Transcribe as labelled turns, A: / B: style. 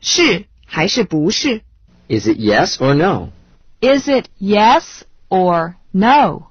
A: 是还是不是
B: Is it yes or no?
C: Is it yes or no?